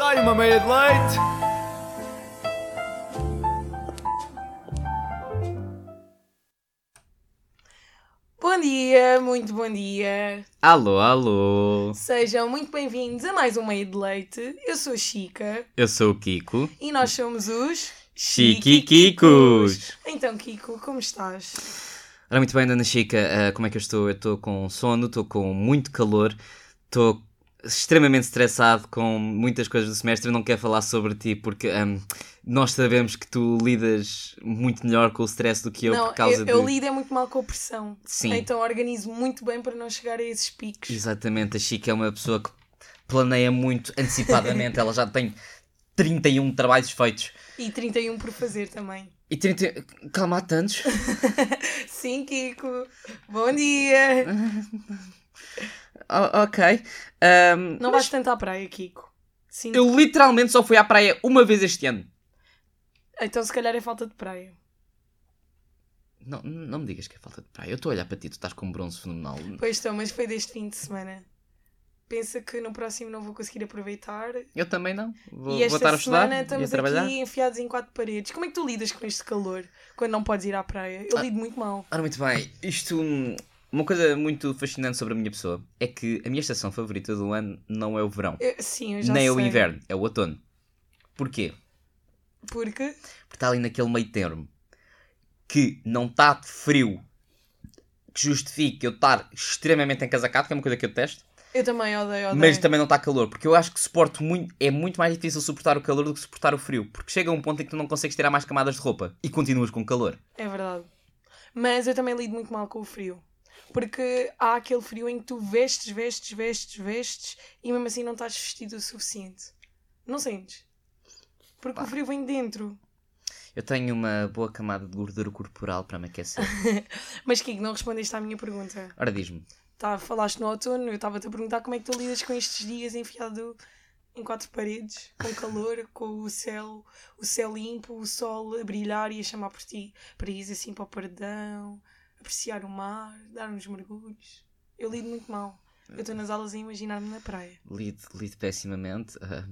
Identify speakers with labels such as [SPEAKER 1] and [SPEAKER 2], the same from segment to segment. [SPEAKER 1] Ai, mamãe de leite!
[SPEAKER 2] Bom dia, muito bom dia.
[SPEAKER 1] Alô, alô!
[SPEAKER 2] Sejam muito bem-vindos a mais um Meio de Leite. Eu sou a Chica
[SPEAKER 1] Eu sou o Kiko.
[SPEAKER 2] e nós somos os
[SPEAKER 1] Chiquiquicos!
[SPEAKER 2] Então, Kiko, como estás?
[SPEAKER 1] Ora, muito bem, Dona Chica, ah, como é que eu estou? Eu estou com sono, estou com muito calor, estou extremamente estressado com muitas coisas do semestre. Eu não quero falar sobre ti porque ahm, nós sabemos que tu lidas muito melhor com o stress do que eu
[SPEAKER 2] Não,
[SPEAKER 1] por causa
[SPEAKER 2] eu,
[SPEAKER 1] de.
[SPEAKER 2] eu lido é muito mal com a pressão.
[SPEAKER 1] Sim.
[SPEAKER 2] Então organizo muito bem para não chegar a esses picos.
[SPEAKER 1] Exatamente, a Chica é uma pessoa que planeia muito antecipadamente, ela já tem 31 trabalhos feitos.
[SPEAKER 2] E 31 por fazer também.
[SPEAKER 1] E 30. Calma, há tantos.
[SPEAKER 2] Sim, Kiko. Bom dia.
[SPEAKER 1] O- ok. Ahm,
[SPEAKER 2] Não vais tanto à praia, Kiko. Sim.
[SPEAKER 1] eu literalmente só fui à praia uma vez este ano.
[SPEAKER 2] Então, se calhar é falta de praia.
[SPEAKER 1] Não, não me digas que é falta de praia. Eu estou a olhar para ti, tu estás com um bronze fenomenal.
[SPEAKER 2] Pois estou, mas foi deste fim de semana. Pensa que no próximo não vou conseguir aproveitar.
[SPEAKER 1] Eu também não. Vou,
[SPEAKER 2] e
[SPEAKER 1] vou
[SPEAKER 2] esta
[SPEAKER 1] estar a estudar
[SPEAKER 2] semana
[SPEAKER 1] e a
[SPEAKER 2] estamos
[SPEAKER 1] trabalhar.
[SPEAKER 2] aqui enfiados em quatro paredes. Como é que tu lidas com este calor quando não podes ir à praia?
[SPEAKER 1] Ah.
[SPEAKER 2] Eu lido muito mal.
[SPEAKER 1] Ora, muito bem. Isto. hum, Uma coisa muito fascinante sobre a minha pessoa é que a minha estação favorita do ano não é o verão,
[SPEAKER 2] Eu- sim, eu já
[SPEAKER 1] nem é
[SPEAKER 2] sei.
[SPEAKER 1] o inverno, é o outono. Porquê?
[SPEAKER 2] Porque
[SPEAKER 1] Porque está ali naquele meio termo que não está frio que justifique eu estar extremamente encasacado, que é uma coisa que eu detesto.
[SPEAKER 2] eu também odeio, odeio.
[SPEAKER 1] Mas também não está calor, porque eu acho que suporto muito, é muito mais difícil suportar o calor do que suportar o frio, porque chega um ponto em que tu não consegues tirar mais camadas de roupa e continuas com calor.
[SPEAKER 2] É verdade. Mas eu também lido muito mal com o frio. Porque há aquele frio em que tu vestes, vestes, vestes, vestes e mesmo assim não estás vestido o suficiente. Não sentes? Porque o frio vem de dentro.
[SPEAKER 1] Eu tenho uma boa camada de gordura corporal para me aquecer.
[SPEAKER 2] Mas Kiko, não respondeste à minha pergunta.
[SPEAKER 1] Ora diz-me,
[SPEAKER 2] Tá, falaste no outono, eu estava-te a perguntar como é que tu lidas com estes dias enfiado em quatro paredes, com calor, com o céu, o céu limpo, o sol a brilhar e a chamar por ti, para ir assim para o perdão, apreciar o mar, dar uns mergulhos. Eu lido muito mal. Eu estou nas aulas a imaginar-me na praia.
[SPEAKER 1] lido, lido pessimamente, ah,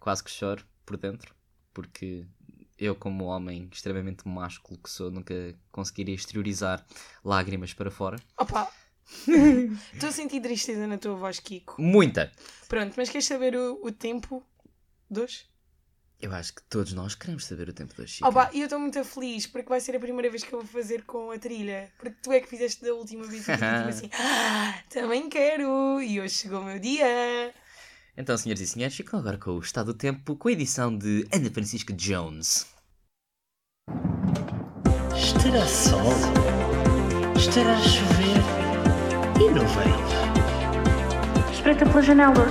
[SPEAKER 1] quase que choro por dentro, porque eu, como homem extremamente másculo que sou, nunca conseguiria exteriorizar lágrimas para fora.
[SPEAKER 2] Opa! Estou a sentir tristeza na tua voz, Kiko.
[SPEAKER 1] Muita!
[SPEAKER 2] Pronto, mas queres saber o, o tempo? Dois?
[SPEAKER 1] Eu acho que todos nós queremos saber o tempo da Chica.
[SPEAKER 2] Opa, e eu estou muito feliz porque vai ser a primeira vez que eu vou fazer com a trilha. Porque tu é que fizeste da última vez e eu fiquei tipo assim, "Ah, também quero! E hoje chegou o meu dia!
[SPEAKER 1] Então, senhores e senhores, ficam agora com o Estado do Tempo, com a edição de Ana Francisca Jones.
[SPEAKER 3] Estará sol, estará a chover e não veio.
[SPEAKER 4] Espreita pela janela.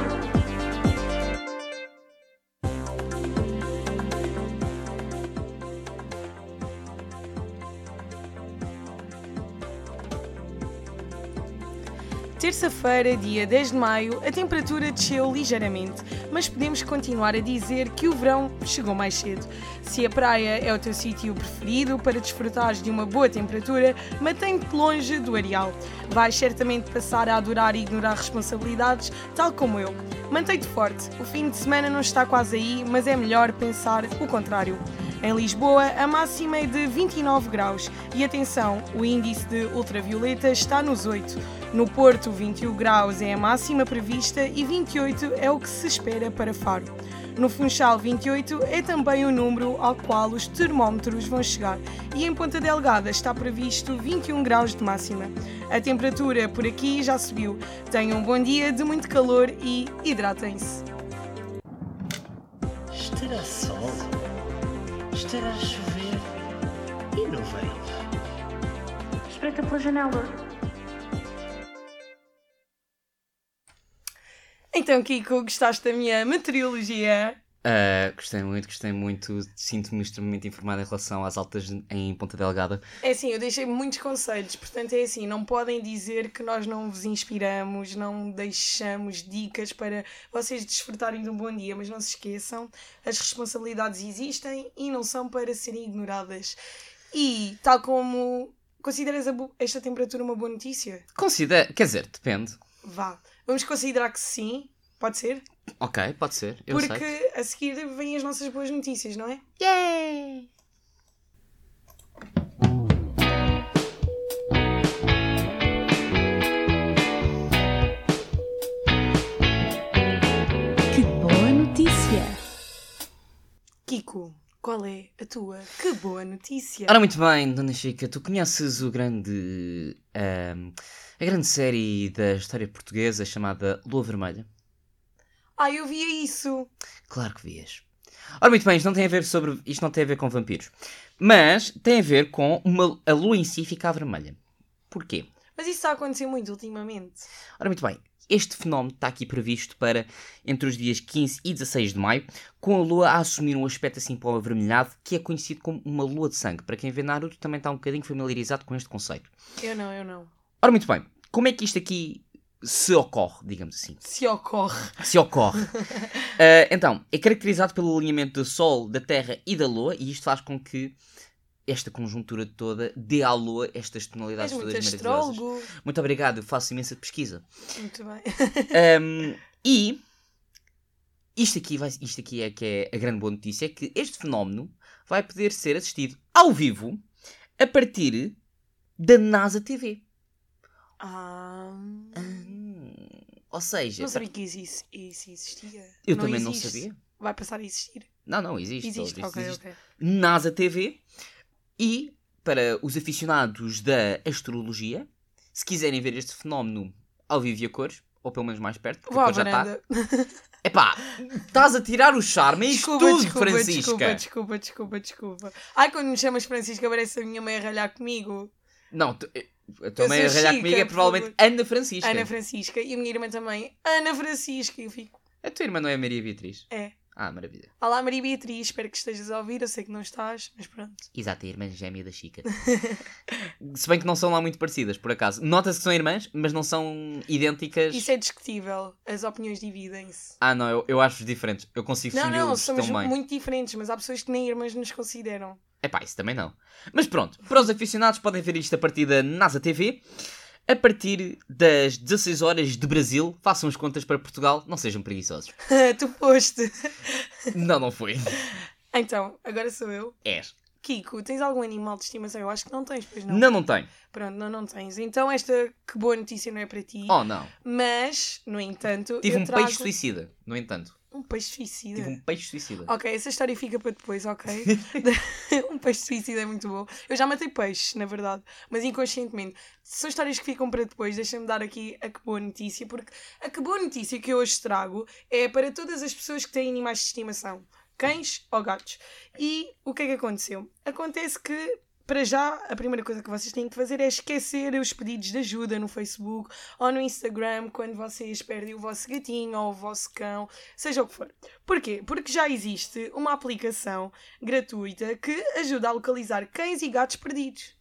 [SPEAKER 2] Terça-feira, dia 10 de maio, a temperatura desceu ligeiramente, mas podemos continuar a dizer que o verão chegou mais cedo. Se a praia é o teu sítio preferido para desfrutares de uma boa temperatura, mantém-te longe do areal. Vais certamente passar a adorar e ignorar responsabilidades, tal como eu. Mantém-te forte, o fim de semana não está quase aí, mas é melhor pensar o contrário. Em Lisboa, a máxima é de 29 graus e atenção, o índice de ultravioleta está nos 8. No Porto, 21 graus é a máxima prevista e 28 é o que se espera para Faro. No Funchal, 28 é também o número ao qual os termómetros vão chegar e em Ponta Delgada está previsto 21 graus de máxima. A temperatura por aqui já subiu. Tenham um bom dia de muito calor e hidratem-se.
[SPEAKER 3] Estará sol, estará a chover e não veio.
[SPEAKER 4] Espreita pela janela.
[SPEAKER 2] Então, Kiko, gostaste da minha meteorologia?
[SPEAKER 1] Ah, gostei muito, gostei muito. Sinto-me extremamente informado em relação às altas em Ponta Delgada.
[SPEAKER 2] É assim, eu deixei muitos conselhos, portanto é assim, não podem dizer que nós não vos inspiramos, não deixamos dicas para vocês desfrutarem de um bom dia, mas não se esqueçam, as responsabilidades existem e não são para serem ignoradas. E, tal como consideras a bo- esta temperatura uma boa notícia?
[SPEAKER 1] Considera. Quer dizer, depende.
[SPEAKER 2] Vá. Vamos considerar que sim, pode ser?
[SPEAKER 1] Ok, pode ser. Eu
[SPEAKER 2] Porque
[SPEAKER 1] sei.
[SPEAKER 2] a seguir vêm as nossas boas notícias, não é?
[SPEAKER 5] Que boa notícia!
[SPEAKER 2] Kiko, qual é a tua? Que boa notícia!
[SPEAKER 1] Ora, muito bem, Dona Chica, tu conheces o grande. ahm, a grande série da história portuguesa chamada Lua Vermelha?
[SPEAKER 2] Ah, eu via isso!
[SPEAKER 1] Claro que vias. Ora, muito bem, isto não tem a ver, sobre, isto não tem a ver com vampiros. Mas tem a ver com uma, a lua em si ficar vermelha. Porquê?
[SPEAKER 2] Mas isso está a acontecer muito ultimamente.
[SPEAKER 1] Ora, muito bem, este fenómeno está aqui previsto para entre os dias 15 e 16 de maio, com a lua a assumir um aspecto assim para o avermelhado, que é conhecido como uma lua de sangue. Para quem vê Naruto também está um bocadinho familiarizado com este conceito.
[SPEAKER 2] Eu não, eu não.
[SPEAKER 1] Ora, muito bem, como é que isto aqui se ocorre, digamos assim?
[SPEAKER 2] Se ocorre.
[SPEAKER 1] se ocorre. Ah, então, é caracterizado pelo alinhamento do Sol, da Terra e da Lua, e isto faz com que esta conjuntura toda dê à Lua estas
[SPEAKER 2] És
[SPEAKER 1] tonalidades
[SPEAKER 2] muito
[SPEAKER 1] todas maravilhosas.
[SPEAKER 2] astrólogo.
[SPEAKER 1] Muito obrigado, eu faço imensa pesquisa.
[SPEAKER 2] Muito bem.
[SPEAKER 1] Ahm, e isto aqui, vai, isto aqui é que é a grande boa notícia, é que este fenómeno vai poder ser assistido ao vivo a partir da NASA TV.
[SPEAKER 2] Ah,
[SPEAKER 1] Hum, Ou seja,
[SPEAKER 2] não sabia que isso, isso- isso existia.
[SPEAKER 1] é eu também
[SPEAKER 2] existe.
[SPEAKER 1] não sabia.
[SPEAKER 2] Vai passar a existir.
[SPEAKER 1] Não, não, existe.
[SPEAKER 2] Existe,
[SPEAKER 1] isto
[SPEAKER 2] ok,
[SPEAKER 1] existe. Então
[SPEAKER 2] ok.
[SPEAKER 1] NASA TV e para os aficionados da astrologia, se quiserem ver este fenómeno ao vivo e a cores, ou pelo menos mais perto, porque a
[SPEAKER 2] Vá à
[SPEAKER 1] cor já tá. está.
[SPEAKER 2] varanda.
[SPEAKER 1] Epá, estás a tirar o charme, é isto
[SPEAKER 2] Desculpa,
[SPEAKER 1] tudo,
[SPEAKER 2] desculpa,
[SPEAKER 1] Francisca.
[SPEAKER 2] desculpa, desculpa, desculpa, desculpa. Ai, quando me chamas Francisca, parece a minha mãe a ralhar comigo.
[SPEAKER 1] Não, tu, eh, a tua mãe
[SPEAKER 2] sou
[SPEAKER 1] a ralhar
[SPEAKER 2] chica,
[SPEAKER 1] comigo é
[SPEAKER 2] por
[SPEAKER 1] provavelmente Ana Francisca.
[SPEAKER 2] Ana Francisca e a minha irmã também, Ana Francisca. E eu fico,
[SPEAKER 1] A tua irmã não é Maria Beatriz?
[SPEAKER 2] É.
[SPEAKER 1] Ah, maravilha.
[SPEAKER 2] Olá Maria Beatriz, espero que estejas a ouvir, eu sei que não estás, mas pronto.
[SPEAKER 1] Exato, a irmã gêmea da Chica. se bem que não são lá muito parecidas, por acaso. Nota-se que são irmãs, mas não são idênticas.
[SPEAKER 2] Isso é discutível, as opiniões dividem-se.
[SPEAKER 1] Ah, não, eu, eu acho-os diferentes. Eu consigo
[SPEAKER 2] Não, não,
[SPEAKER 1] defini-los tão
[SPEAKER 2] somos
[SPEAKER 1] bem.
[SPEAKER 2] muito diferentes, mas há pessoas que nem irmãs nos consideram.
[SPEAKER 1] Epá, isso também não. Mas pronto, para os aficionados podem ver isto a partir da NASA TV. A partir das 16 horas de Brasil, façam as contas para Portugal, não sejam preguiçosos.
[SPEAKER 2] tu foste.
[SPEAKER 1] Não, não foi. É.
[SPEAKER 2] Então, agora sou eu.
[SPEAKER 1] És.
[SPEAKER 2] Kiko, tens algum animal de estimação? Eu acho que não tens, pois não.
[SPEAKER 1] Não, não, tem.
[SPEAKER 2] Pronto, não, não tens. Então esta que boa notícia não é para ti.
[SPEAKER 1] Oh, não.
[SPEAKER 2] Mas, no entanto,
[SPEAKER 1] Tive
[SPEAKER 2] eu
[SPEAKER 1] um
[SPEAKER 2] trago
[SPEAKER 1] peixe suicida, no entanto.
[SPEAKER 2] um peixe suicida.
[SPEAKER 1] Tive um peixe suicida.
[SPEAKER 2] Ok, essa história fica para depois, ok? um peixe suicida é muito bom. Eu já matei peixes, na verdade, mas inconscientemente. São histórias que ficam para depois. Deixa-me dar aqui a que boa notícia, porque a que boa notícia que eu hoje trago é para todas as pessoas que têm animais de estimação, cães ou gatos. E o que é que aconteceu? Acontece que. Para já, a primeira coisa que vocês têm que fazer é esquecer os pedidos de ajuda no Facebook ou no Instagram quando vocês perdem o vosso gatinho ou o vosso cão, seja o que for. Porquê? Porque já existe uma aplicação gratuita que ajuda a localizar cães e gatos perdidos.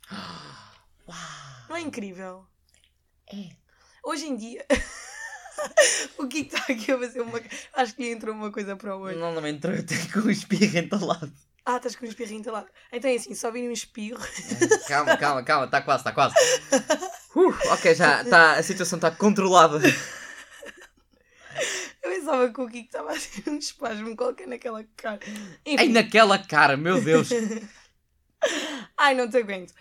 [SPEAKER 2] Não é incrível? É. Hoje em dia. o que está aqui a fazer uma. Acho que lhe entrou uma coisa para o olho.
[SPEAKER 1] Não, não me entrou, eu tenho com o espirro entalado.
[SPEAKER 2] Ah, estás com um espirro entalado. Então é assim, só virem um espirro.
[SPEAKER 1] calma, calma, calma, está quase, está quase. Uh, ok, já, tá, a situação está controlada.
[SPEAKER 2] Eu pensava que o Kiko estava a ter um espasmo qualquer naquela cara. Enfim.
[SPEAKER 1] Ai, naquela cara, meu Deus.
[SPEAKER 2] Ai, não te aguento.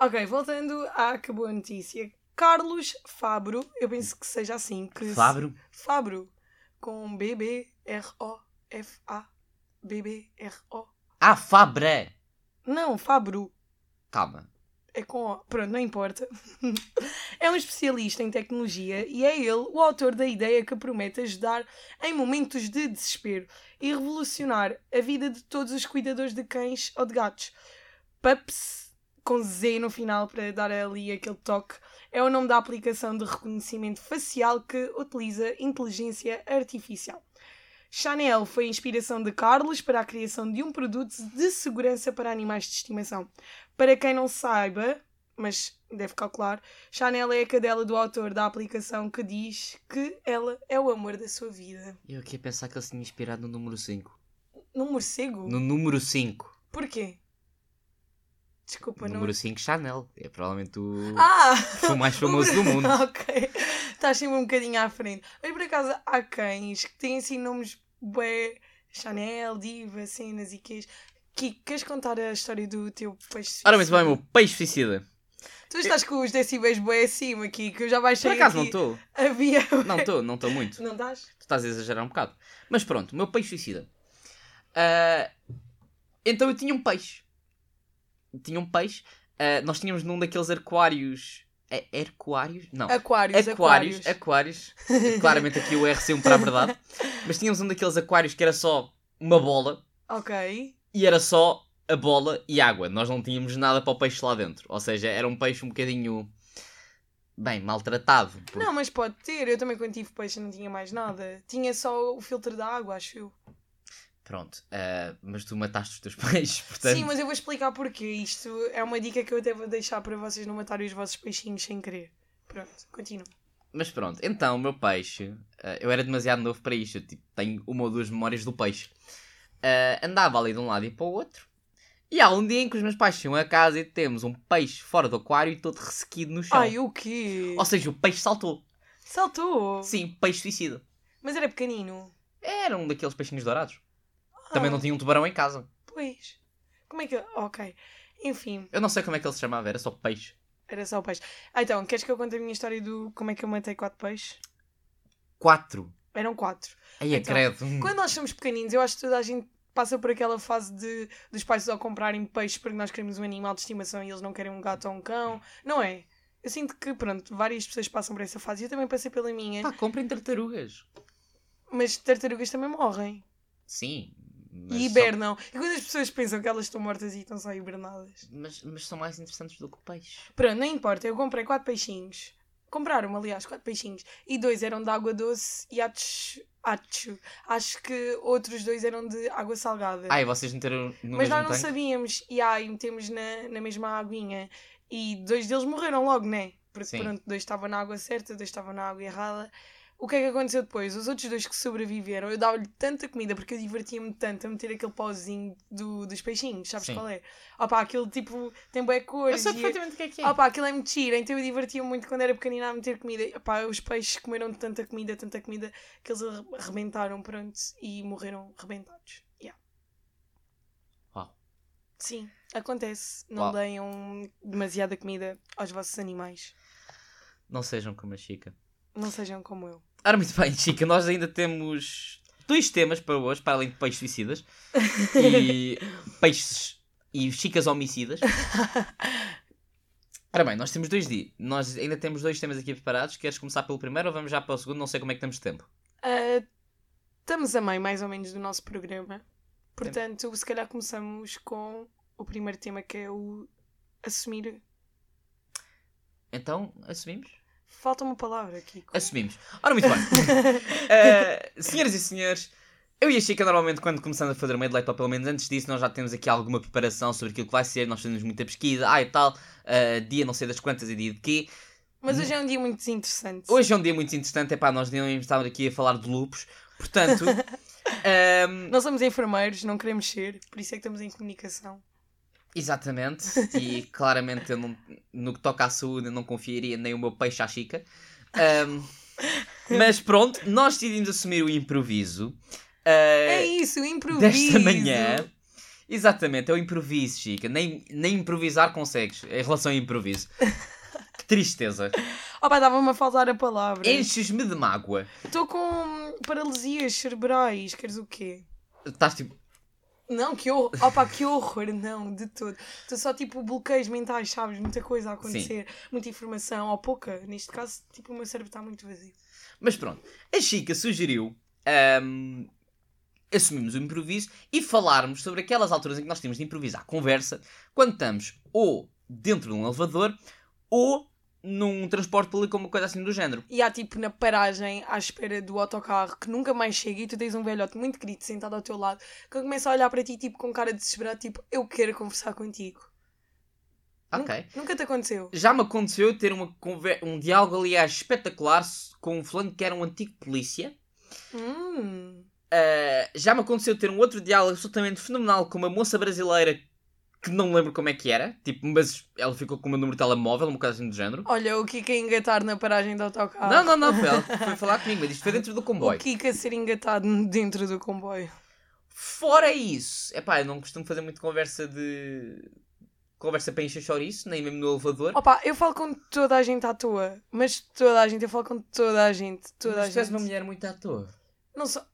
[SPEAKER 2] Ok, voltando à que boa notícia. Carlos Fabro, eu penso que seja assim. Que se-
[SPEAKER 1] Fabro,
[SPEAKER 2] Fabro, com B-B-R-O-F-A. B-B-R-O.
[SPEAKER 1] Ah, Fabra!
[SPEAKER 2] Não, Fabro.
[SPEAKER 1] Calma.
[SPEAKER 2] É com O. Pronto, não importa. é um especialista em tecnologia e é ele o autor da ideia que promete ajudar em momentos de desespero e revolucionar a vida de todos os cuidadores de cães ou de gatos. Pups, com Z no final para dar ali aquele toque, é o nome da aplicação de reconhecimento facial que utiliza inteligência artificial. Chanel foi a inspiração de Carlos para a criação de um produto de segurança para animais de estimação. Para quem não saiba, mas deve calcular, Chanel é a cadela do autor da aplicação que diz que ela é o amor da sua vida.
[SPEAKER 1] Eu aqui a pensar que ele se tinha inspirado no número 5.
[SPEAKER 2] Num morcego?
[SPEAKER 1] No número 5.
[SPEAKER 2] Porquê? Desculpa,
[SPEAKER 1] número 5 Chanel. É provavelmente o,
[SPEAKER 2] não. Ah!
[SPEAKER 1] o mais famoso do mundo.
[SPEAKER 2] ok. Estás sempre um bocadinho à frente. Mas por acaso há cães que têm assim nomes bué, Chanel, Diva, cenas e quês. Kiko, queres contar a história do teu peixe suicida?
[SPEAKER 1] Ora, muito bem, meu peixe suicida.
[SPEAKER 2] Tu estás com os decibéis bué acima, Kiko. Eu já baixei
[SPEAKER 1] Por acaso não
[SPEAKER 2] aqui.
[SPEAKER 1] estou.
[SPEAKER 2] Havia...
[SPEAKER 1] Não estou, não estou muito.
[SPEAKER 2] Não estás?
[SPEAKER 1] Tu estás a exagerar um bocado. Mas pronto, o meu peixe suicida. Ah, então eu tinha um peixe. Tinha um peixe. Ah, nós tínhamos num daqueles arquários. É, arquários? Não.
[SPEAKER 2] Aquários, aquários.
[SPEAKER 1] Aquários, é- aquários. Claramente aqui o RC1 para a verdade. Mas tínhamos um daqueles aquários que era só uma bola
[SPEAKER 2] Ok.
[SPEAKER 1] e era só a bola e água. Nós não tínhamos nada para o peixe lá dentro. Ou seja, era um peixe um bocadinho. Bem, maltratado. porque-
[SPEAKER 2] Não, mas pode ter. Eu também quando tive peixe não tinha mais nada. Tinha só o filtro da água, acho eu.
[SPEAKER 1] Pronto, ah, mas tu mataste os teus peixes, portanto.
[SPEAKER 2] Sim, mas eu vou explicar porquê. Isto é uma dica que eu até vou deixar para vocês não matarem os vossos peixinhos sem querer. Pronto, continua.
[SPEAKER 1] Mas pronto, então o meu peixe, eh, eu era demasiado novo para isto, eu tipo, tenho uma ou duas memórias do peixe. Eh, andava ali de um lado e para o outro. E há um dia em que os meus pais chegam a casa e temos um peixe fora do aquário e todo ressequido no chão.
[SPEAKER 2] Ai, o quê?
[SPEAKER 1] Ou seja, o peixe saltou.
[SPEAKER 2] Saltou!
[SPEAKER 1] Sim, peixe suicida.
[SPEAKER 2] Mas era pequenino.
[SPEAKER 1] Era um daqueles peixinhos dourados. Também
[SPEAKER 2] Ah,
[SPEAKER 1] não tinha um tubarão em casa.
[SPEAKER 2] Pois. Como é que. Ok. Enfim,
[SPEAKER 1] Eu não sei como é que ele se chamava, era só peixe.
[SPEAKER 2] era só o peixe. Ah, então, queres que eu conte a minha história do como é que eu matei quatro peixes?
[SPEAKER 1] Quatro.
[SPEAKER 2] Eram quatro.
[SPEAKER 1] Aí é
[SPEAKER 2] Então,
[SPEAKER 1] credo.
[SPEAKER 2] Quando nós somos pequeninos, eu acho que toda a gente passa por aquela fase de, dos pais ao comprarem peixes porque nós queremos um animal de estimação e eles não querem um gato ou um cão, não é? Eu sinto que, pronto, várias pessoas passam por essa fase e eu também passei pela minha,
[SPEAKER 1] Pá, comprem tartarugas.
[SPEAKER 2] mas tartarugas também morrem
[SPEAKER 1] Sim. mas
[SPEAKER 2] e
[SPEAKER 1] são-
[SPEAKER 2] hibernam. E quando as pessoas pensam que elas estão mortas e estão só hibernadas.
[SPEAKER 1] Mas, mas são mais interessantes do que o peixe.
[SPEAKER 2] Pronto, não importa, eu comprei quatro peixinhos. Compraram, aliás, quatro peixinhos. E dois eram de água doce e acho, acho, acho que outros dois eram de água salgada.
[SPEAKER 1] Ah, e vocês meteram no
[SPEAKER 2] É. Mas um
[SPEAKER 1] mesmo
[SPEAKER 2] nós não
[SPEAKER 1] tanque?
[SPEAKER 2] sabíamos, e aí metemos na, na mesma aguinha. E dois deles morreram logo, né? Porque
[SPEAKER 1] Sim.
[SPEAKER 2] pronto, dois estavam na água certa, dois estavam na água errada. O que é que aconteceu depois? Os outros dois que sobreviveram, eu dava-lhe tanta comida porque eu divertia-me tanto a meter aquele pauzinho do, dos peixinhos, sabes
[SPEAKER 1] Sim.
[SPEAKER 2] qual é? Opa, aquele tipo tem boé
[SPEAKER 1] Eu
[SPEAKER 2] cores.
[SPEAKER 1] sei
[SPEAKER 2] e-
[SPEAKER 1] perfeitamente o que é que é.
[SPEAKER 2] Opa, aquilo é mentira, então eu divertia-me muito quando era pequenina a meter comida. Opa, os peixes comeram tanta comida, tanta comida, que eles arre- arrebentaram, pronto, e morreram rebentados. Yeah.
[SPEAKER 1] Uau.
[SPEAKER 2] Sim, acontece. Não
[SPEAKER 1] Uau.
[SPEAKER 2] deem um, demasiada comida aos vossos animais.
[SPEAKER 1] Não sejam como a Chica.
[SPEAKER 2] Não sejam como eu.
[SPEAKER 1] Ora, muito bem, Chica, nós ainda temos dois temas para hoje, para além de peixes suicidas e peixes e chicas homicidas. Ora bem, nós temos dois dias. Nós ainda temos dois temas aqui preparados. Queres começar pelo primeiro ou vamos já para o segundo? Não sei como é que temos de tempo.
[SPEAKER 2] Ah, estamos a meio, mais ou menos, do nosso programa. Portanto, se calhar começamos com o primeiro tema que é o assumir.
[SPEAKER 1] Então, assumimos?
[SPEAKER 2] Falta uma palavra aqui.
[SPEAKER 1] Assumimos. Ora, muito bem. Eh, senhoras e senhores, eu e a Chica normalmente quando começamos a fazer uma headlight, ou pelo menos antes disso, nós já temos aqui alguma preparação sobre aquilo que vai ser, nós fazemos muita pesquisa, ah e tal, eh, dia não sei das quantas e dia de quê.
[SPEAKER 2] Mas hoje é um dia muito desinteressante.
[SPEAKER 1] Hoje é um dia muito interessante, é pá, nós não íamos estar aqui a falar de lupos, portanto... ehm,
[SPEAKER 2] Nós somos enfermeiros, não queremos ser, por isso é que estamos em comunicação.
[SPEAKER 1] Exatamente, e claramente eu não, no que toca à saúde eu não confiaria nem o meu peixe à chica. Ahm, mas pronto, nós decidimos assumir o improviso. Ah,
[SPEAKER 2] É isso, improviso.
[SPEAKER 1] desta manhã. Exatamente, é o improviso, Chica. Nem, nem improvisar consegues em relação ao improviso. que tristeza.
[SPEAKER 2] Opa, estava-me a faltar a palavra.
[SPEAKER 1] Enches-me de mágoa.
[SPEAKER 2] Estou com paralisias cerebrais, queres o quê?
[SPEAKER 1] Estás tipo.
[SPEAKER 2] Não, que horror. Opa, que horror, não, de todo. Estou só tipo bloqueios mentais, sabes? Muita coisa a acontecer, muita informação, ou pouca. Neste caso, tipo, o meu cérebro está muito vazio.
[SPEAKER 1] Mas pronto, a Chica sugeriu. ahm, assumimos o improviso e falarmos sobre aquelas alturas em que nós temos de improvisar conversa quando estamos ou dentro de um elevador ou num transporte público ou uma coisa assim do género.
[SPEAKER 2] E há tipo na paragem à espera do autocarro que nunca mais chega e tu tens um velhote muito querido sentado ao teu lado que começa a olhar para ti tipo com cara de desesperado, tipo, eu quero conversar contigo.
[SPEAKER 1] Ok.
[SPEAKER 2] Nunca, nunca te aconteceu?
[SPEAKER 1] Já me aconteceu eu ter uma conver- um diálogo, aliás, espetacular s- com um fulano que era um antigo polícia. Ah,
[SPEAKER 2] Hum.
[SPEAKER 1] Uh, já me aconteceu ter um outro diálogo absolutamente fenomenal com uma moça brasileira que não me lembro como é que era, tipo, mas ela ficou com o meu número de telemóvel, um bocado assim do género.
[SPEAKER 2] Olha, o Kika a é engatar na paragem do autocarro.
[SPEAKER 1] Não, não, não, foi ela que foi falar comigo, mas isto foi dentro do
[SPEAKER 2] Ah. O
[SPEAKER 1] comboio.
[SPEAKER 2] Kika é ser engatado dentro do comboio.
[SPEAKER 1] Fora isso, é pá, eu não costumo fazer muito conversa de. conversa para encher chouriço, nem mesmo no elevador.
[SPEAKER 2] Opa, eu falo com toda a gente à toa. Mas toda a gente, eu falo com toda a gente. Toda
[SPEAKER 1] mas
[SPEAKER 2] a
[SPEAKER 1] tu és
[SPEAKER 2] gente.
[SPEAKER 1] uma mulher muito à toa.
[SPEAKER 2] Não só...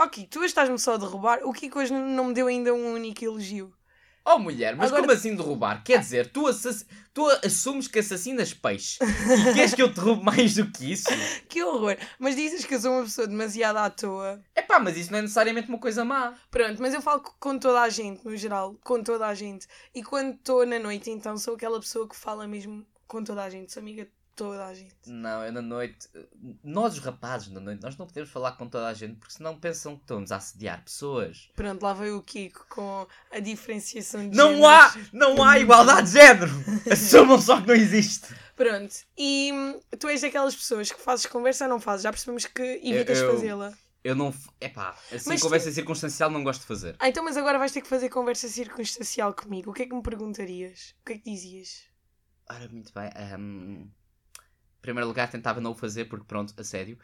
[SPEAKER 2] Ok, tu hoje estás-me só a derrubar. O Kiko hoje não não me deu ainda um único elogio.
[SPEAKER 1] Oh mulher, mas
[SPEAKER 2] Agora-
[SPEAKER 1] como assim derrubar? Quer dizer, tu, assass- tu assumes que assassinas peixe e queres que eu te roube mais do que isso?
[SPEAKER 2] Que horror. Mas dizes que eu sou uma pessoa demasiado à toa.
[SPEAKER 1] É pá, mas isso não é necessariamente uma coisa má.
[SPEAKER 2] Pronto, mas eu falo co- com toda a gente, no geral. Com toda a gente. E quando estou na noite, então, sou aquela pessoa que fala mesmo com toda a gente. Sou amiga de toda a gente.
[SPEAKER 1] Não, eu na noite. Nós, os rapazes, na noite, nós não podemos falar com toda a gente porque senão pensam que estamos a assediar pessoas.
[SPEAKER 2] Pronto, lá veio o Kiko com a diferenciação de
[SPEAKER 1] Não
[SPEAKER 2] géneros.
[SPEAKER 1] há, não há igualdade de género! Assumam só que não existe!
[SPEAKER 2] Pronto, e hum, tu és daquelas pessoas que fazes conversa ou não fazes? Já percebemos que evitas
[SPEAKER 1] Eu- eu-
[SPEAKER 2] fazê-la.
[SPEAKER 1] Eu não. É pá, assim,
[SPEAKER 2] Mas
[SPEAKER 1] conversa circunstancial não gosto de fazer.
[SPEAKER 2] Ah, então, mas agora vais ter que fazer conversa circunstancial comigo. O que é que me perguntarias? O que é que dizias?
[SPEAKER 1] Ora, muito bem. ahm, em primeiro lugar, tentava não o fazer porque, pronto, a sério.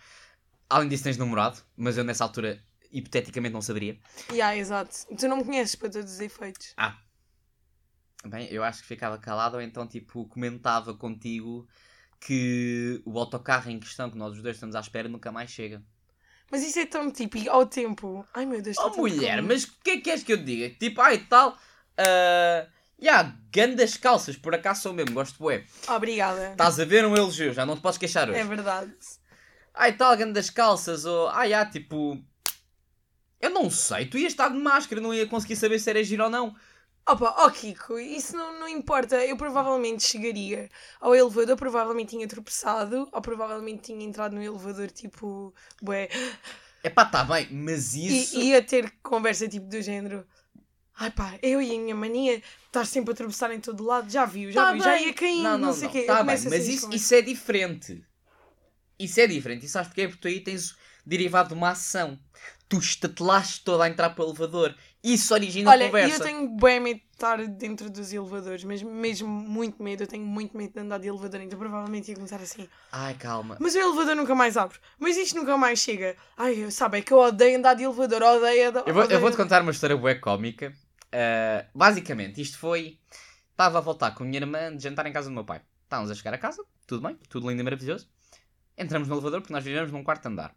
[SPEAKER 1] Além disso, tens namorado, mas eu nessa altura, hipoteticamente, não saberia.
[SPEAKER 2] Ya, exato. Tu não me conheces para todos os efeitos.
[SPEAKER 1] Bem, eu acho que ficava calado ou então, tipo, comentava contigo que o autocarro em questão que nós os dois estamos à espera nunca mais chega.
[SPEAKER 2] Mas isso é tão típico ao tempo. Ai meu Deus,
[SPEAKER 1] Oh,
[SPEAKER 2] estou tão
[SPEAKER 1] mulher,
[SPEAKER 2] calma.
[SPEAKER 1] mas o que é que queres que eu te diga? Tipo, ai tal. ah, E há gandas calças, por acaso sou mesmo, gosto bué.
[SPEAKER 2] Obrigada.
[SPEAKER 1] Estás a ver um elogio, já não te podes queixar hoje.
[SPEAKER 2] É verdade.
[SPEAKER 1] Ai, tal, grande das calças, ou... Ai, ah, tipo... Eu não sei, tu ias estar de máscara, não ia conseguir saber se era giro ou não.
[SPEAKER 2] Opa, ó Kiko, isso não, não importa. Eu provavelmente chegaria ao elevador, provavelmente tinha tropeçado, ou provavelmente tinha entrado no elevador tipo, bué,
[SPEAKER 1] É pá, tá bem, mas
[SPEAKER 2] E-
[SPEAKER 1] isso...
[SPEAKER 2] E ia ter conversa tipo do género. Ai pá, eu e a minha mania de estar sempre a atravessar em todo lado, já viu, já
[SPEAKER 1] Tá
[SPEAKER 2] viu, já
[SPEAKER 1] bem.
[SPEAKER 2] ia caindo, não, sei o quê. Eu
[SPEAKER 1] Tá bem,
[SPEAKER 2] começo
[SPEAKER 1] mas
[SPEAKER 2] assim,
[SPEAKER 1] isso,
[SPEAKER 2] como-
[SPEAKER 1] isso é diferente. Isso é diferente, e sabes porquê? Porque tu aí tens derivado de uma ação. Tu estatelaste toda a entrar para o elevador. Isso origina
[SPEAKER 2] Olha, e eu
[SPEAKER 1] conversa.
[SPEAKER 2] tenho bem medo de estar dentro dos elevadores, mas mesmo muito medo, eu tenho muito medo de andar de elevador, então provavelmente ia começar assim.
[SPEAKER 1] Ai, calma.
[SPEAKER 2] Mas o elevador nunca mais abre, mas isto nunca mais chega. Ai, eu, sabe, é que eu odeio andar de elevador, odeio, odeio
[SPEAKER 1] Eu vou, eu
[SPEAKER 2] odeio-
[SPEAKER 1] vou-te contar uma história bué cómica. Ah, basicamente, isto foi... Estava a voltar com a minha irmã de jantar em casa do meu pai. Estávamos a chegar a casa, tudo bem, tudo lindo e maravilhoso. Entramos no elevador, porque nós vivemos num quarto andar.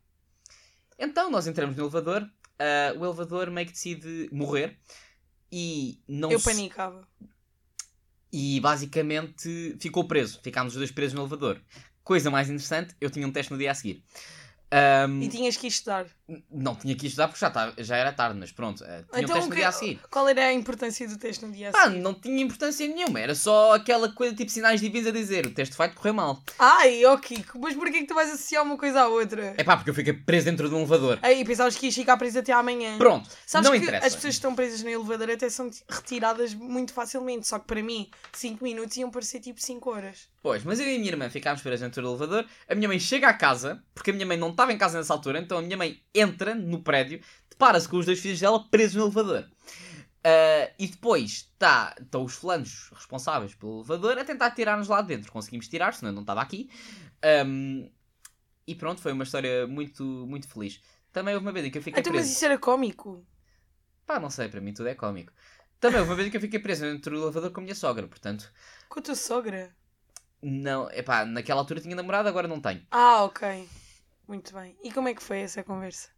[SPEAKER 1] Então, nós entramos no elevador, ah, o elevador meio que decide morrer. E não
[SPEAKER 2] Eu
[SPEAKER 1] se-
[SPEAKER 2] panicava.
[SPEAKER 1] E basicamente ficou preso. Ficámos os dois presos no elevador. Coisa mais interessante, eu tinha um teste no dia a seguir. Ahm,
[SPEAKER 2] E tinhas que ir estudar.
[SPEAKER 1] Não tinha que ir estudar porque já, tava- já era tarde, mas pronto. ah, tinha
[SPEAKER 2] Então,
[SPEAKER 1] um teste
[SPEAKER 2] o
[SPEAKER 1] no
[SPEAKER 2] que-
[SPEAKER 1] dia a seguir.
[SPEAKER 2] Qual era a importância do teste no dia a
[SPEAKER 1] Pá,
[SPEAKER 2] seguir?
[SPEAKER 1] não tinha importância nenhuma, era só aquela coisa tipo sinais divinos a dizer o teste vai correr mal.
[SPEAKER 2] Ai, ó Kiko, mas porquê que tu vais associar uma coisa à outra?
[SPEAKER 1] É pá, porque eu fiquei preso dentro de um elevador.
[SPEAKER 2] Aí pensavas que ias ficar preso até amanhã.
[SPEAKER 1] Pronto,
[SPEAKER 2] Sabes
[SPEAKER 1] não
[SPEAKER 2] que
[SPEAKER 1] interessa.
[SPEAKER 2] as pessoas que estão presas no elevador até são t- retiradas muito facilmente. Só que para mim, 5 minutos iam parecer tipo 5 horas.
[SPEAKER 1] Pois, mas eu e a minha irmã ficámos presos dentro do elevador. A minha mãe chega à casa, porque a minha mãe não estava em casa nessa altura, então a minha mãe entra no prédio, depara-se com os dois filhos dela presos no elevador. Ah, e depois tá, estão os fulanos responsáveis pelo elevador a tentar tirar-nos lá de dentro. Conseguimos tirar, senão eu não estava aqui. Ahm, e pronto, foi uma história muito, muito feliz. Também houve uma vez em que eu fiquei
[SPEAKER 2] Então,
[SPEAKER 1] preso.
[SPEAKER 2] mas isso era cómico.
[SPEAKER 1] Pá, não sei, para mim tudo é cómico. Também houve uma vez que eu fiquei preso dentro do elevador com a minha sogra, portanto,
[SPEAKER 2] Com a tua sogra.
[SPEAKER 1] não, epá, naquela altura tinha namorado, agora não tenho.
[SPEAKER 2] Ah, ok. Muito bem. E como é que foi essa conversa?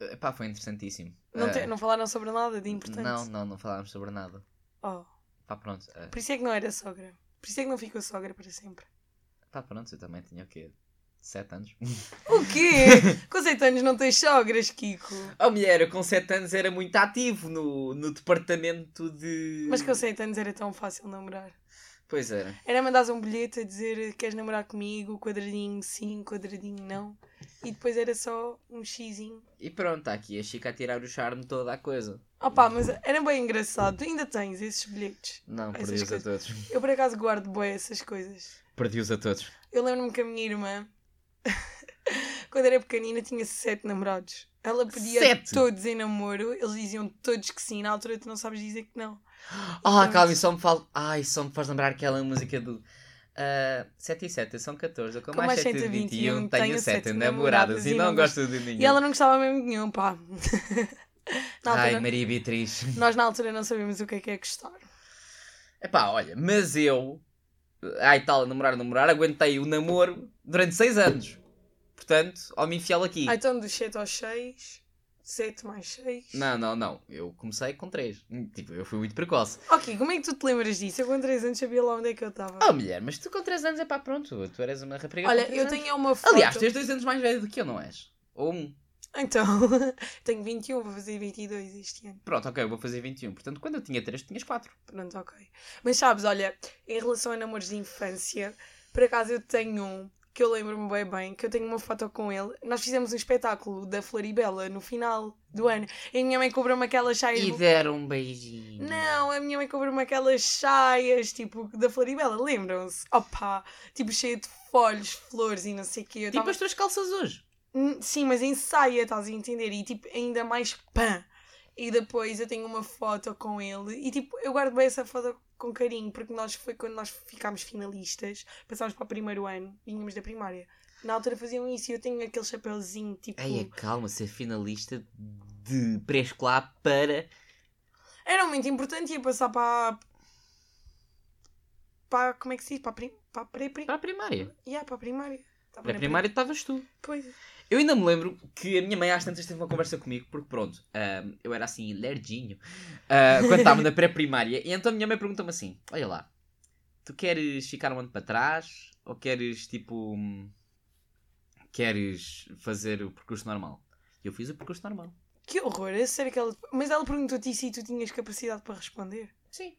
[SPEAKER 1] Epá, foi interessantíssimo.
[SPEAKER 2] Não,
[SPEAKER 1] Ah,
[SPEAKER 2] te- não falaram sobre nada de importante?
[SPEAKER 1] não, não, não falámos sobre nada.
[SPEAKER 2] Oh,
[SPEAKER 1] Pá, pronto, ah,
[SPEAKER 2] por isso é que não era sogra. Por isso é que não ficou sogra para sempre.
[SPEAKER 1] pá, pronto, eu também tinha o quê? 7 anos?
[SPEAKER 2] O quê? com 7 anos não tens sogras, Kiko.
[SPEAKER 1] A Oh, mulher, eu com 7 anos era muito ativo no, no departamento de...
[SPEAKER 2] Mas com 7 anos era tão fácil namorar.
[SPEAKER 1] Pois era.
[SPEAKER 2] Era mandares um bilhete a dizer queres namorar comigo, quadradinho sim, quadradinho não. E depois era só um xizinho.
[SPEAKER 1] E pronto, está aqui a Chica a tirar o charme toda a coisa.
[SPEAKER 2] Opa, mas era bem engraçado. Tu ainda tens esses bilhetes.
[SPEAKER 1] Não,
[SPEAKER 2] Essas
[SPEAKER 1] perdi-os a
[SPEAKER 2] coisas.
[SPEAKER 1] todos.
[SPEAKER 2] Eu por acaso guardo bem essas coisas.
[SPEAKER 1] Perdi-os a todos.
[SPEAKER 2] Eu lembro-me que a minha irmã Quando era pequenina tinha sete namorados. Ela pedia
[SPEAKER 1] Sete?
[SPEAKER 2] todos em namoro, eles diziam todos que sim, na altura tu não sabes dizer que não.
[SPEAKER 1] Ah, calma, isso só me fala. Ai, só me faz lembrar aquela música do. ah, 7 e 7 são 14, eu com, mais 7 e 21 tenho 7 namoradas e não gosto de ninguém.
[SPEAKER 2] E ela não gostava mesmo de nenhum, pá. na altura,
[SPEAKER 1] Ai, Maria Beatriz.
[SPEAKER 2] Nós na altura não sabíamos o que é que é gostar.
[SPEAKER 1] Epá, olha, mas eu. Ai, tal, namorar, namorar, aguentei o namoro durante 6 anos. Portanto, homem fiel aqui.
[SPEAKER 2] Ah, então dos 7 aos 6, 7 mais 6.
[SPEAKER 1] Não, não, não. Eu comecei com 3. Tipo, eu fui muito precoce.
[SPEAKER 2] Ok, como é que tu te lembras disso? Eu com 3 anos sabia lá onde é que eu estava.
[SPEAKER 1] Oh, mulher, mas tu com 3 anos é pá, pronto. Tu eras uma rapariga. com
[SPEAKER 2] Olha,
[SPEAKER 1] três
[SPEAKER 2] eu
[SPEAKER 1] anos.
[SPEAKER 2] tenho uma foto.
[SPEAKER 1] Aliás, tu és 2 anos mais velho do que eu, não és? Ou um.
[SPEAKER 2] Então, tenho 21, vou fazer 22 este ano.
[SPEAKER 1] Pronto, ok, eu vou fazer 21. Portanto, quando eu tinha 3, tinhas 4.
[SPEAKER 2] Pronto, ok. Mas sabes, olha, em relação a namoros de infância, por acaso eu tenho um que eu lembro-me bem bem, que eu tenho uma foto com ele. Nós fizemos um espetáculo da Floribela no final do ano. E a minha mãe cobrou-me aquelas chaias.
[SPEAKER 1] E deram um beijinho.
[SPEAKER 2] Não, a minha mãe cobrou-me aquelas saias, tipo, da Floribela, lembram-se? Opa, tipo, cheia de folhos, flores e não sei o quê. Eu
[SPEAKER 1] Tipo
[SPEAKER 2] tava-
[SPEAKER 1] as tuas calças hoje.
[SPEAKER 2] Hum, Sim, mas em saia, estás a entender? E tipo, ainda mais pã. E depois eu tenho uma foto com ele e tipo, eu guardo bem essa foto com carinho, porque nós foi quando nós ficámos finalistas, passámos para o primeiro ano, vínhamos da primária. Na altura faziam isso e eu tenho aquele chapéuzinho, tipo.
[SPEAKER 1] Ai, calma, ser finalista de pré-escolar para. é.
[SPEAKER 2] Era muito importante ia passar para. a- para. como é que se diz? Para a prim... para a pré-pri-
[SPEAKER 1] para a primária.
[SPEAKER 2] Yeah, para a primária. Tá
[SPEAKER 1] Para
[SPEAKER 2] bem,
[SPEAKER 1] a primária estavas tu.
[SPEAKER 2] Pois.
[SPEAKER 1] Eu ainda me lembro que a minha mãe às tantas teve uma conversa comigo, porque pronto, ahm, eu era assim, lerdinho, ah, quando estava na pré-primária, e então a minha mãe pergunta-me assim, olha lá, tu queres ficar um ano para trás, ou queres, tipo, hum, queres fazer o percurso normal? E eu fiz o percurso normal.
[SPEAKER 2] Que horror, é sério que ela. Mas ela perguntou-te isso e tu tinhas capacidade para responder?
[SPEAKER 1] Sim.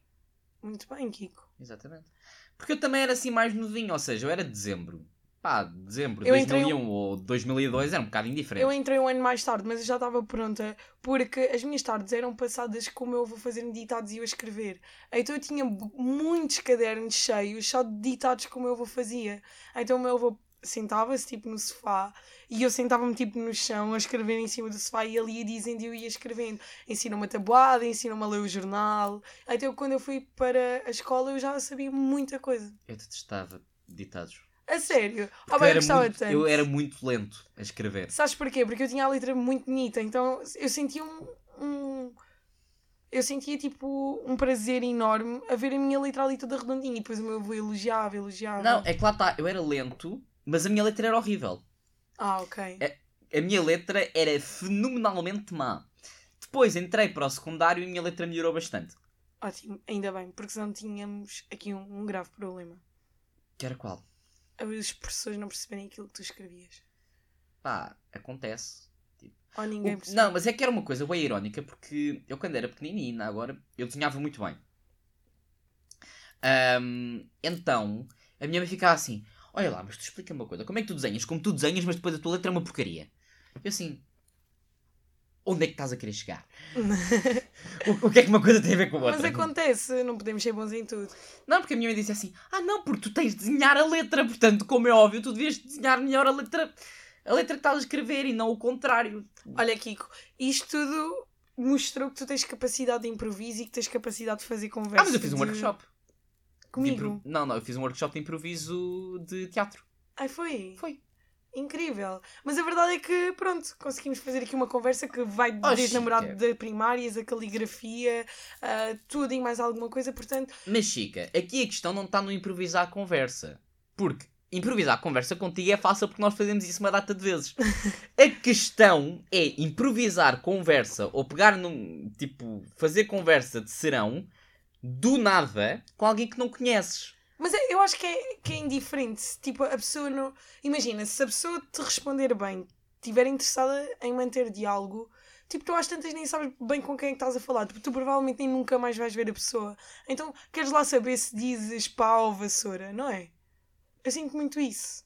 [SPEAKER 2] Muito bem, Kiko.
[SPEAKER 1] Exatamente. Porque eu também era assim mais novinho, ou seja, eu era de dezembro. Pá, dezembro de
[SPEAKER 2] Eu entrei
[SPEAKER 1] 2001 ou 2002 era um bocado indiferente.
[SPEAKER 2] Eu entrei um ano mais tarde, mas eu já estava pronta porque as minhas tardes eram passadas como eu vou fazer ditados e eu a escrever. Então eu tinha bu- muitos cadernos cheios só de ditados como eu vou fazia. Então o meu avô sentava-se tipo no sofá e eu sentava-me tipo no chão a escrever em cima do sofá e ele ia dizendo e eu ia escrevendo. Ensinou-me a tabuada, ensinou-me a ler o jornal. Então quando eu fui para a escola eu já sabia muita coisa.
[SPEAKER 1] Eu detestava ditados.
[SPEAKER 2] A sério.
[SPEAKER 1] Porque
[SPEAKER 2] Oh, bem, eu
[SPEAKER 1] era
[SPEAKER 2] gostava
[SPEAKER 1] muito-
[SPEAKER 2] tanto.
[SPEAKER 1] eu era muito lento a escrever.
[SPEAKER 2] Sabes porquê? Porque eu tinha a letra muito bonita, então eu sentia um. um- eu sentia tipo um prazer enorme a ver a minha letra ali toda redondinha e depois o meu avô elogiava, elogiava.
[SPEAKER 1] Não, é que lá está, eu era lento, mas a minha letra era horrível.
[SPEAKER 2] Ah, ok.
[SPEAKER 1] É- A minha letra era fenomenalmente má. Depois entrei para o secundário e a minha letra melhorou bastante.
[SPEAKER 2] Ótimo, ainda bem, porque senão tínhamos aqui um, um grave problema.
[SPEAKER 1] Que era qual?
[SPEAKER 2] Os professores não perceberem aquilo que tu escrevias.
[SPEAKER 1] Pá, acontece.
[SPEAKER 2] Ou
[SPEAKER 1] O-
[SPEAKER 2] ninguém percebeu.
[SPEAKER 1] Não, mas é que era uma coisa bem irónica porque eu quando era pequenina agora eu desenhava muito bem. Ahm, então a minha mãe ficava assim: Olha lá, mas tu explica-me uma coisa, como é que tu desenhas? Como tu desenhas, mas depois a tua letra é uma porcaria. Eu assim. Onde é que estás a querer chegar? o, o que é que uma coisa tem a ver com a outra?
[SPEAKER 2] Mas acontece, não podemos ser bons em tudo.
[SPEAKER 1] Não, porque a minha mãe disse assim: Ah, não, porque tu tens de desenhar a letra, portanto, como é óbvio, tu devias desenhar melhor a letra, a letra que estás a escrever e não o contrário.
[SPEAKER 2] Olha, Kiko, isto tudo mostrou que tu tens capacidade de improviso e que tens capacidade de fazer conversa.
[SPEAKER 1] Ah, mas eu fiz um
[SPEAKER 2] de-
[SPEAKER 1] workshop. De
[SPEAKER 2] Comigo.
[SPEAKER 1] impro- Não, não, eu fiz um workshop de improviso de teatro.
[SPEAKER 2] Ai, foi?
[SPEAKER 1] Foi.
[SPEAKER 2] Incrível. Mas a verdade é que, pronto, conseguimos fazer aqui uma conversa que vai
[SPEAKER 1] Oh,
[SPEAKER 2] desde namorado
[SPEAKER 1] chique.
[SPEAKER 2] da primárias, a caligrafia, a tudo e mais alguma coisa. Portanto,
[SPEAKER 1] Mas, Chica, aqui a questão não está no improvisar a conversa. Porque improvisar a conversa contigo é fácil porque nós fazemos isso uma data de vezes. a questão é improvisar conversa ou pegar num. Tipo, fazer conversa de serão do nada com alguém que não conheces.
[SPEAKER 2] mas é- eu acho que é, que é indiferente. Tipo, a pessoa não. Imagina, se a pessoa te responder bem, estiver interessada em manter diálogo. Tipo, tu às tantas nem sabes bem com quem é que estás a falar. Tu, tu provavelmente nem nunca mais vais ver a pessoa. Então, queres lá saber se dizes pá ou vassoura, não é? Eu sinto muito isso.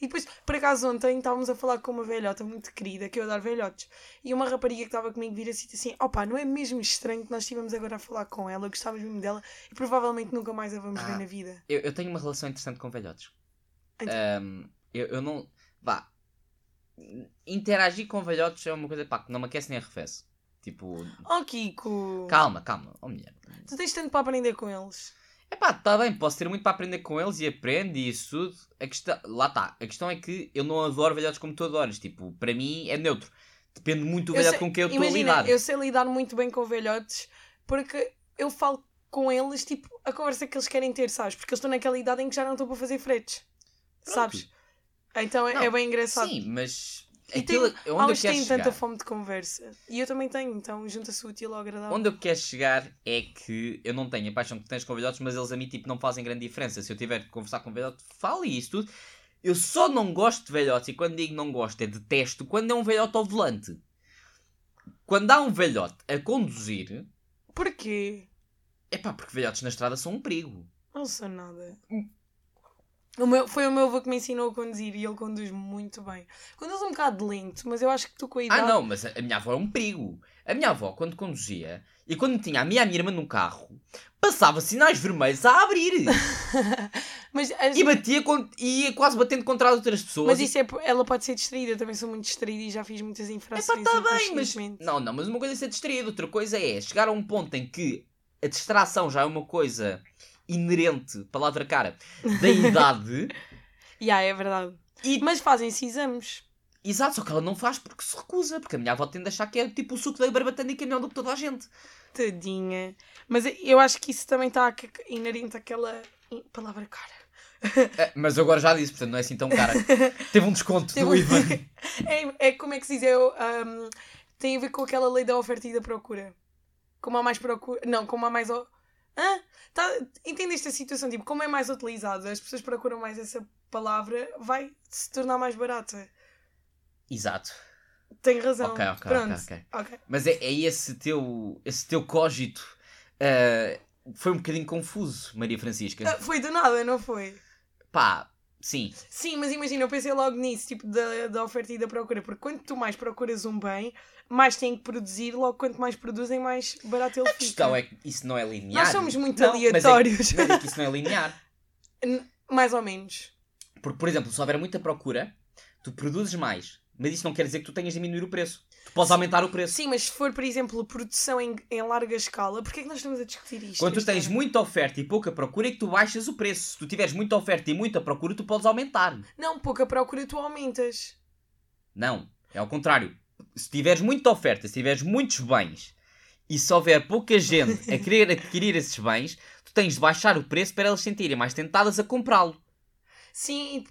[SPEAKER 2] E depois, por acaso, ontem estávamos a falar com uma velhota muito querida, que eu adoro velhotes, e uma rapariga que estava comigo vira assim, assim opá, não é mesmo estranho que nós estivemos agora a falar com ela, gostávamos mesmo dela e provavelmente nunca mais a vamos
[SPEAKER 1] Ah.
[SPEAKER 2] ver na vida.
[SPEAKER 1] Eu, eu tenho uma relação interessante com velhotes.
[SPEAKER 2] Então.
[SPEAKER 1] Ahm, eu, eu não. Vá. interagir com velhotes é uma coisa pá, que não me aquece nem arrefece. Tipo,
[SPEAKER 2] Oh, Kiko.
[SPEAKER 1] calma, calma, oh mulher.
[SPEAKER 2] Tu tens tanto para aprender com eles.
[SPEAKER 1] É pá, está bem, posso ter muito para aprender com eles e aprendo e isso tudo. A questão, lá está, a questão é que eu não adoro velhotes como tu adoras. Tipo, para mim é neutro. Depende muito do
[SPEAKER 2] Eu
[SPEAKER 1] velhote
[SPEAKER 2] sei-
[SPEAKER 1] com quem eu estou a
[SPEAKER 2] Imagina,
[SPEAKER 1] lidar.
[SPEAKER 2] eu sei lidar muito bem com velhotes porque eu falo com eles, tipo, a conversa que eles querem ter, sabes? Porque eu estou naquela idade em que já não estou para fazer fretes,
[SPEAKER 1] Pronto.
[SPEAKER 2] sabes? Então é-
[SPEAKER 1] Não,
[SPEAKER 2] é bem engraçado.
[SPEAKER 1] Sim, mas.
[SPEAKER 2] E tem,
[SPEAKER 1] Aquilo, onde eu
[SPEAKER 2] elas
[SPEAKER 1] quero
[SPEAKER 2] têm
[SPEAKER 1] chegar.
[SPEAKER 2] tanta fome de conversa. E eu também tenho, então junta-se o útil ao agradável.
[SPEAKER 1] Onde eu quero chegar é que eu não tenho a paixão que tu tens com velhotes, mas eles a mim tipo, não fazem grande diferença. Se eu tiver que conversar com um velhote, falo e isso tudo. Eu só não gosto de velhotes, e quando digo não gosto é detesto, quando é um velhote ao volante. Quando há um velhote a conduzir,
[SPEAKER 2] Porquê?
[SPEAKER 1] é pá, porque velhotes na estrada são um perigo.
[SPEAKER 2] Não sou nada.
[SPEAKER 1] Hum.
[SPEAKER 2] O meu, foi o meu avô que me ensinou a conduzir e ele conduz muito bem. Conduz um bocado lento, mas eu acho que tu com a idade.
[SPEAKER 1] Ah não, mas a, a minha avó era um perigo. A minha avó, quando conduzia, e quando tinha a minha e a minha irmã num carro, passava sinais vermelhos a abrir.
[SPEAKER 2] Mas as-
[SPEAKER 1] e batia, con- e ia quase batendo contra as outras pessoas.
[SPEAKER 2] Mas
[SPEAKER 1] e
[SPEAKER 2] isso é, por- ela pode ser distraída, eu também sou muito distraída e já fiz muitas
[SPEAKER 1] É pá,
[SPEAKER 2] infrações.
[SPEAKER 1] está bem, mas.
[SPEAKER 2] infelizmente.
[SPEAKER 1] Não, não, mas uma coisa é ser distraído, outra coisa é chegar a um ponto em que a distração já é uma coisa inerente, palavra cara, da idade.
[SPEAKER 2] Ya, é verdade.
[SPEAKER 1] E-
[SPEAKER 2] Mas fazem-se exames.
[SPEAKER 1] Exato, só que ela não faz porque se recusa, porque a minha avó tende a achar que é tipo o suco da barbatana e que é melhor do que toda a gente.
[SPEAKER 2] Tadinha. Mas é, eu acho que isso também está ac- inerente àquela i- palavra cara.
[SPEAKER 1] É, mas eu agora já disse, portanto não é assim tão cara. Teve um desconto
[SPEAKER 2] Teve
[SPEAKER 1] do
[SPEAKER 2] um-
[SPEAKER 1] IVA.
[SPEAKER 2] É, é como é que se diz? É, o, ahm, tem a ver com aquela lei da oferta e da procura. Como há mais procura. Não, como há mais. o- Hã? Tá, entendeste a situação? Tipo, como é mais utilizado, as pessoas procuram mais essa palavra, vai se tornar mais barata.
[SPEAKER 1] Exato.
[SPEAKER 2] Tem razão.
[SPEAKER 1] Ok, ok,
[SPEAKER 2] Então, Pronto.
[SPEAKER 1] ok,
[SPEAKER 2] ok.
[SPEAKER 1] Mas é, é esse teu, esse teu cógito. ah, foi um bocadinho confuso, Maria
[SPEAKER 2] Ah,
[SPEAKER 1] Francisca.
[SPEAKER 2] Foi do nada, não foi?
[SPEAKER 1] Pá, sim.
[SPEAKER 2] Sim, mas imagina, eu pensei logo nisso, tipo, da, da oferta e da procura, porque quanto tu mais procuras um bem, mais têm que produzir, logo quanto mais produzem, mais barato ele
[SPEAKER 1] A questão
[SPEAKER 2] fica.
[SPEAKER 1] é que isso não é linear.
[SPEAKER 2] Nós somos muito
[SPEAKER 1] Não, mas é que-
[SPEAKER 2] aleatórios,
[SPEAKER 1] Mas é que isso não é linear.
[SPEAKER 2] mais ou menos.
[SPEAKER 1] Porque, por exemplo, se houver muita procura, tu produzes mais. Mas isso não quer dizer que tu tenhas de diminuir o preço. Tu podes aumentar o preço.
[SPEAKER 2] Sim, mas se for, por exemplo, produção em, em larga escala, porquê é que nós estamos a discutir isto? é-
[SPEAKER 1] Quando tu
[SPEAKER 2] Esta
[SPEAKER 1] tens
[SPEAKER 2] hora?
[SPEAKER 1] muita oferta e pouca procura é que tu baixas o preço. Se tu tiveres muita oferta e muita procura, tu podes aumentar.
[SPEAKER 2] Não, pouca procura tu aumentas.
[SPEAKER 1] Não, é ao contrário. Se tiveres muita oferta, se tiveres muitos bens e se houver pouca gente a querer adquirir esses bens, tu tens de baixar o preço para elas se sentirem mais tentadas a comprá-lo.
[SPEAKER 2] Sim,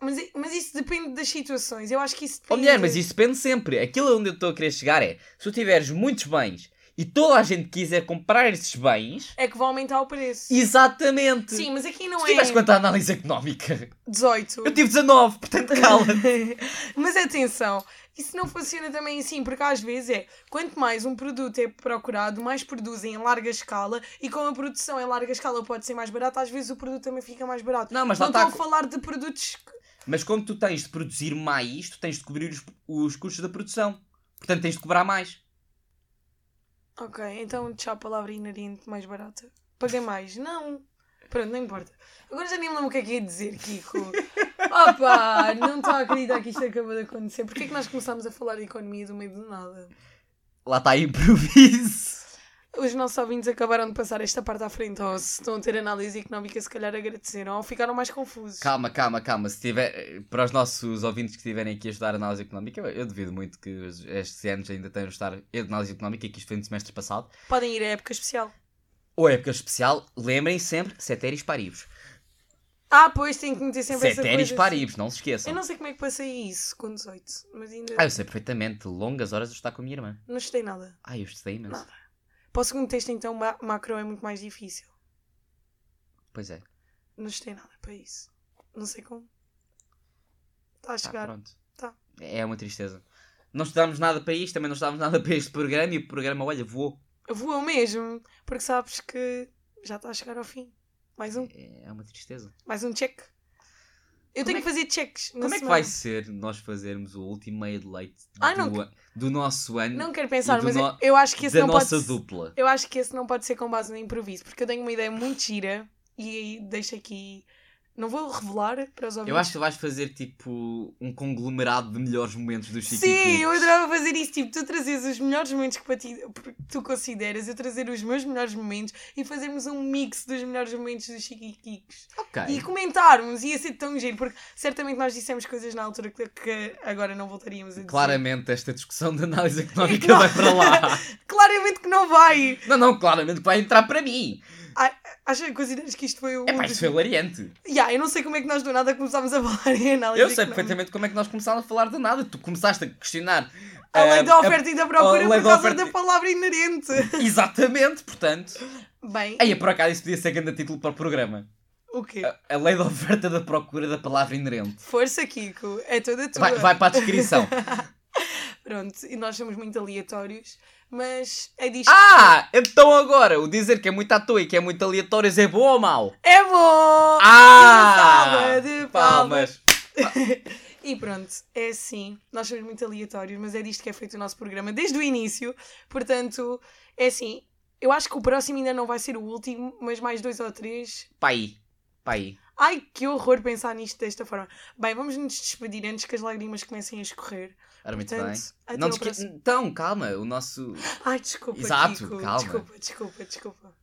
[SPEAKER 2] mas, mas isso depende das situações, eu acho que É isso
[SPEAKER 1] Oh
[SPEAKER 2] depende...
[SPEAKER 1] mulher, mas isso depende sempre. Aquilo onde eu estou a querer chegar é: se tu tiveres muitos bens e toda a gente quiser comprar esses bens,
[SPEAKER 2] É que vai aumentar o preço.
[SPEAKER 1] exatamente.
[SPEAKER 2] Sim, mas aqui não
[SPEAKER 1] se
[SPEAKER 2] é
[SPEAKER 1] tivesse quanto à análise económica,
[SPEAKER 2] 18.
[SPEAKER 1] eu tive 19, portanto cala.
[SPEAKER 2] Mas atenção, isso não funciona também assim, porque às vezes é quanto mais um produto é procurado, mais produzem em larga escala e como a produção em larga escala pode ser mais barata, às vezes o produto também fica mais barato.
[SPEAKER 1] Não, mas lá
[SPEAKER 2] não
[SPEAKER 1] está
[SPEAKER 2] estou
[SPEAKER 1] a
[SPEAKER 2] a falar de produtos. que-
[SPEAKER 1] Mas como tu tens de produzir mais, tu tens de cobrir os, os custos da produção. Portanto tens de cobrar mais.
[SPEAKER 2] Ok, então deixa a palavra inerente mais barata. Paguei mais. Não. Pronto, não importa. Agora já nem me lembro o que é que ia dizer, Kiko. Opa, não estou a acreditar que isto acabou de acontecer. Porquê é que nós começámos a falar de economia do meio do nada?
[SPEAKER 1] Lá está improviso.
[SPEAKER 2] Os nossos ouvintes acabaram de passar esta parte à frente, ou se estão a ter análise económica, se calhar agradeceram, ou ficaram mais confusos.
[SPEAKER 1] Calma, calma, calma. Se tiver, para os nossos ouvintes que estiverem aqui a estudar análise económica, eu, eu duvido muito que os- estes anos ainda tenham de estar em análise económica, que isto foi no semestre passado.
[SPEAKER 2] Podem ir à época especial.
[SPEAKER 1] ou época especial, lembrem sempre Ceteris Paribus.
[SPEAKER 2] Ah, pois, tem que meter sempre essa
[SPEAKER 1] Ceteris
[SPEAKER 2] coisa. assim.
[SPEAKER 1] Paribus, não se
[SPEAKER 2] Eu
[SPEAKER 1] esqueçam.
[SPEAKER 2] não sei como é que passei isso com 18, mas ainda
[SPEAKER 1] Ah, eu sei perfeitamente, longas horas de estar com a minha irmã.
[SPEAKER 2] não estudei nada.
[SPEAKER 1] Ai, eu estudei imenso.
[SPEAKER 2] Nada. Para o segundo texto, então, ma- macro é muito mais difícil.
[SPEAKER 1] Pois é,
[SPEAKER 2] Não estudei nada para isso. Não sei como. Está a
[SPEAKER 1] tá,
[SPEAKER 2] chegar.
[SPEAKER 1] pronto.
[SPEAKER 2] Tá.
[SPEAKER 1] É uma tristeza. Não estudámos nada para isto, também não estudámos nada para este programa e o programa, olha, voou.
[SPEAKER 2] Voou mesmo, porque sabes que já está a chegar ao fim. Mais um,
[SPEAKER 1] É uma tristeza.
[SPEAKER 2] mais um check. Eu
[SPEAKER 1] Como
[SPEAKER 2] tenho
[SPEAKER 1] é
[SPEAKER 2] que fazer checks. na
[SPEAKER 1] Como é que
[SPEAKER 2] semana.
[SPEAKER 1] vai ser nós fazermos o último meio de leite
[SPEAKER 2] Ai,
[SPEAKER 1] do,
[SPEAKER 2] não-
[SPEAKER 1] a- do nosso ano
[SPEAKER 2] Não quero pensar,
[SPEAKER 1] E do
[SPEAKER 2] mas
[SPEAKER 1] no-
[SPEAKER 2] eu acho que esse
[SPEAKER 1] da
[SPEAKER 2] não pode
[SPEAKER 1] nossa
[SPEAKER 2] ser.
[SPEAKER 1] dupla?
[SPEAKER 2] Eu acho que esse não pode ser com base no improviso, porque eu tenho uma ideia muito gira e aí deixo aqui Não vou revelar para os ouvintes.
[SPEAKER 1] Eu acho que tu vais fazer tipo um conglomerado de melhores momentos do Chiquititas.
[SPEAKER 2] Sim, eu adorava fazer isso. Tipo, tu trazes os melhores momentos que para ti- que tu consideras, eu trazer os meus melhores momentos e fazermos um mix dos melhores momentos dos Chiquiquicos.
[SPEAKER 1] Ok.
[SPEAKER 2] E comentarmos, ia ser tão giro, porque certamente nós dissemos coisas na altura que, que agora não voltaríamos a dizer.
[SPEAKER 1] Claramente esta discussão de análise económica
[SPEAKER 2] Não.
[SPEAKER 1] vai para lá.
[SPEAKER 2] Claramente que não vai!
[SPEAKER 1] Não, não, claramente que vai entrar para mim.
[SPEAKER 2] Acho que consideras que isto foi um o.
[SPEAKER 1] É pá, isso foi hilariante.
[SPEAKER 2] Yeah, eu não sei como é que nós do nada começámos a falar em análise.
[SPEAKER 1] Eu sei
[SPEAKER 2] económica.
[SPEAKER 1] perfeitamente como é que nós começámos a falar de nada. Tu começaste a questionar
[SPEAKER 2] A lei
[SPEAKER 1] ah,
[SPEAKER 2] da oferta e da procura
[SPEAKER 1] a lei
[SPEAKER 2] por
[SPEAKER 1] da
[SPEAKER 2] causa
[SPEAKER 1] oferta-
[SPEAKER 2] da palavra inerente.
[SPEAKER 1] a- Exatamente, portanto.
[SPEAKER 2] Bem,
[SPEAKER 1] Aí, por acaso, isso podia ser grande título para o programa.
[SPEAKER 2] o quê?
[SPEAKER 1] A- A lei da oferta da procura da palavra inerente.
[SPEAKER 2] Força, Kiko, é toda tua.
[SPEAKER 1] Vai, vai para a descrição.
[SPEAKER 2] Pronto, e nós somos muito aleatórios, mas é disto.
[SPEAKER 1] Ah, então agora, o dizer que é muito à toa e que é muito aleatório é bom ou mau?
[SPEAKER 2] É bom!
[SPEAKER 1] Ah!
[SPEAKER 2] Uma salva de palmas! E pronto, é assim. Nós somos muito aleatórios, mas é disto que é feito o nosso programa desde o início. Portanto, é assim. Eu acho que o próximo ainda não vai ser o último, mas mais dois ou três.
[SPEAKER 1] Pai, pai.
[SPEAKER 2] Ai, que horror pensar nisto desta forma. Bem, vamos nos despedir antes que as lágrimas comecem a escorrer.
[SPEAKER 1] Ora, muito
[SPEAKER 2] Portanto,
[SPEAKER 1] bem.
[SPEAKER 2] até
[SPEAKER 1] Não
[SPEAKER 2] ao
[SPEAKER 1] te esque-
[SPEAKER 2] próximo.
[SPEAKER 1] Então, calma, o nosso.
[SPEAKER 2] Ai, desculpa,
[SPEAKER 1] Exato,
[SPEAKER 2] Kiko.
[SPEAKER 1] calma.
[SPEAKER 2] Desculpa, desculpa, desculpa.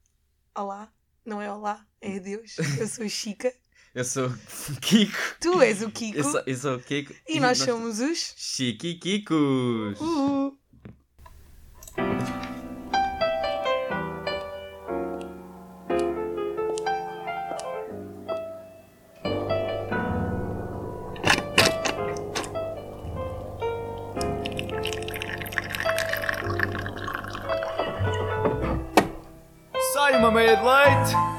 [SPEAKER 2] Olá, não é olá, é adeus. Eu sou a Chica,
[SPEAKER 1] Eu sou Kiko.
[SPEAKER 2] tu és o Kiko
[SPEAKER 1] Eu sou, eu sou o Kiko.
[SPEAKER 2] e nós somos os...
[SPEAKER 1] Chiquiquicos.
[SPEAKER 2] Uhul.
[SPEAKER 6] Sai uma meia de leite.